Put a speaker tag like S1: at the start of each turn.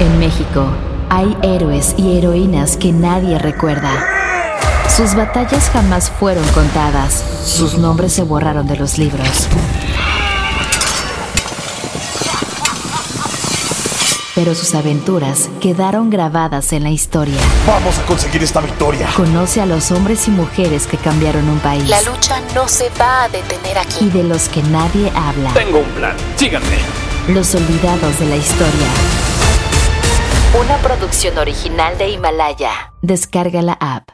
S1: En México hay héroes y heroínas que nadie recuerda. Sus batallas jamás fueron contadas. Sus nombres se borraron de los libros. Pero sus aventuras quedaron grabadas en la historia.
S2: Vamos a conseguir esta victoria.
S1: Conoce a los hombres y mujeres que cambiaron un país
S3: La lucha no se va a detener aquí.
S1: y de los que nadie habla.
S4: Tengo un plan. Síganme.
S1: Los olvidados de la historia. Una producción original de Himalaya. Descarga la app.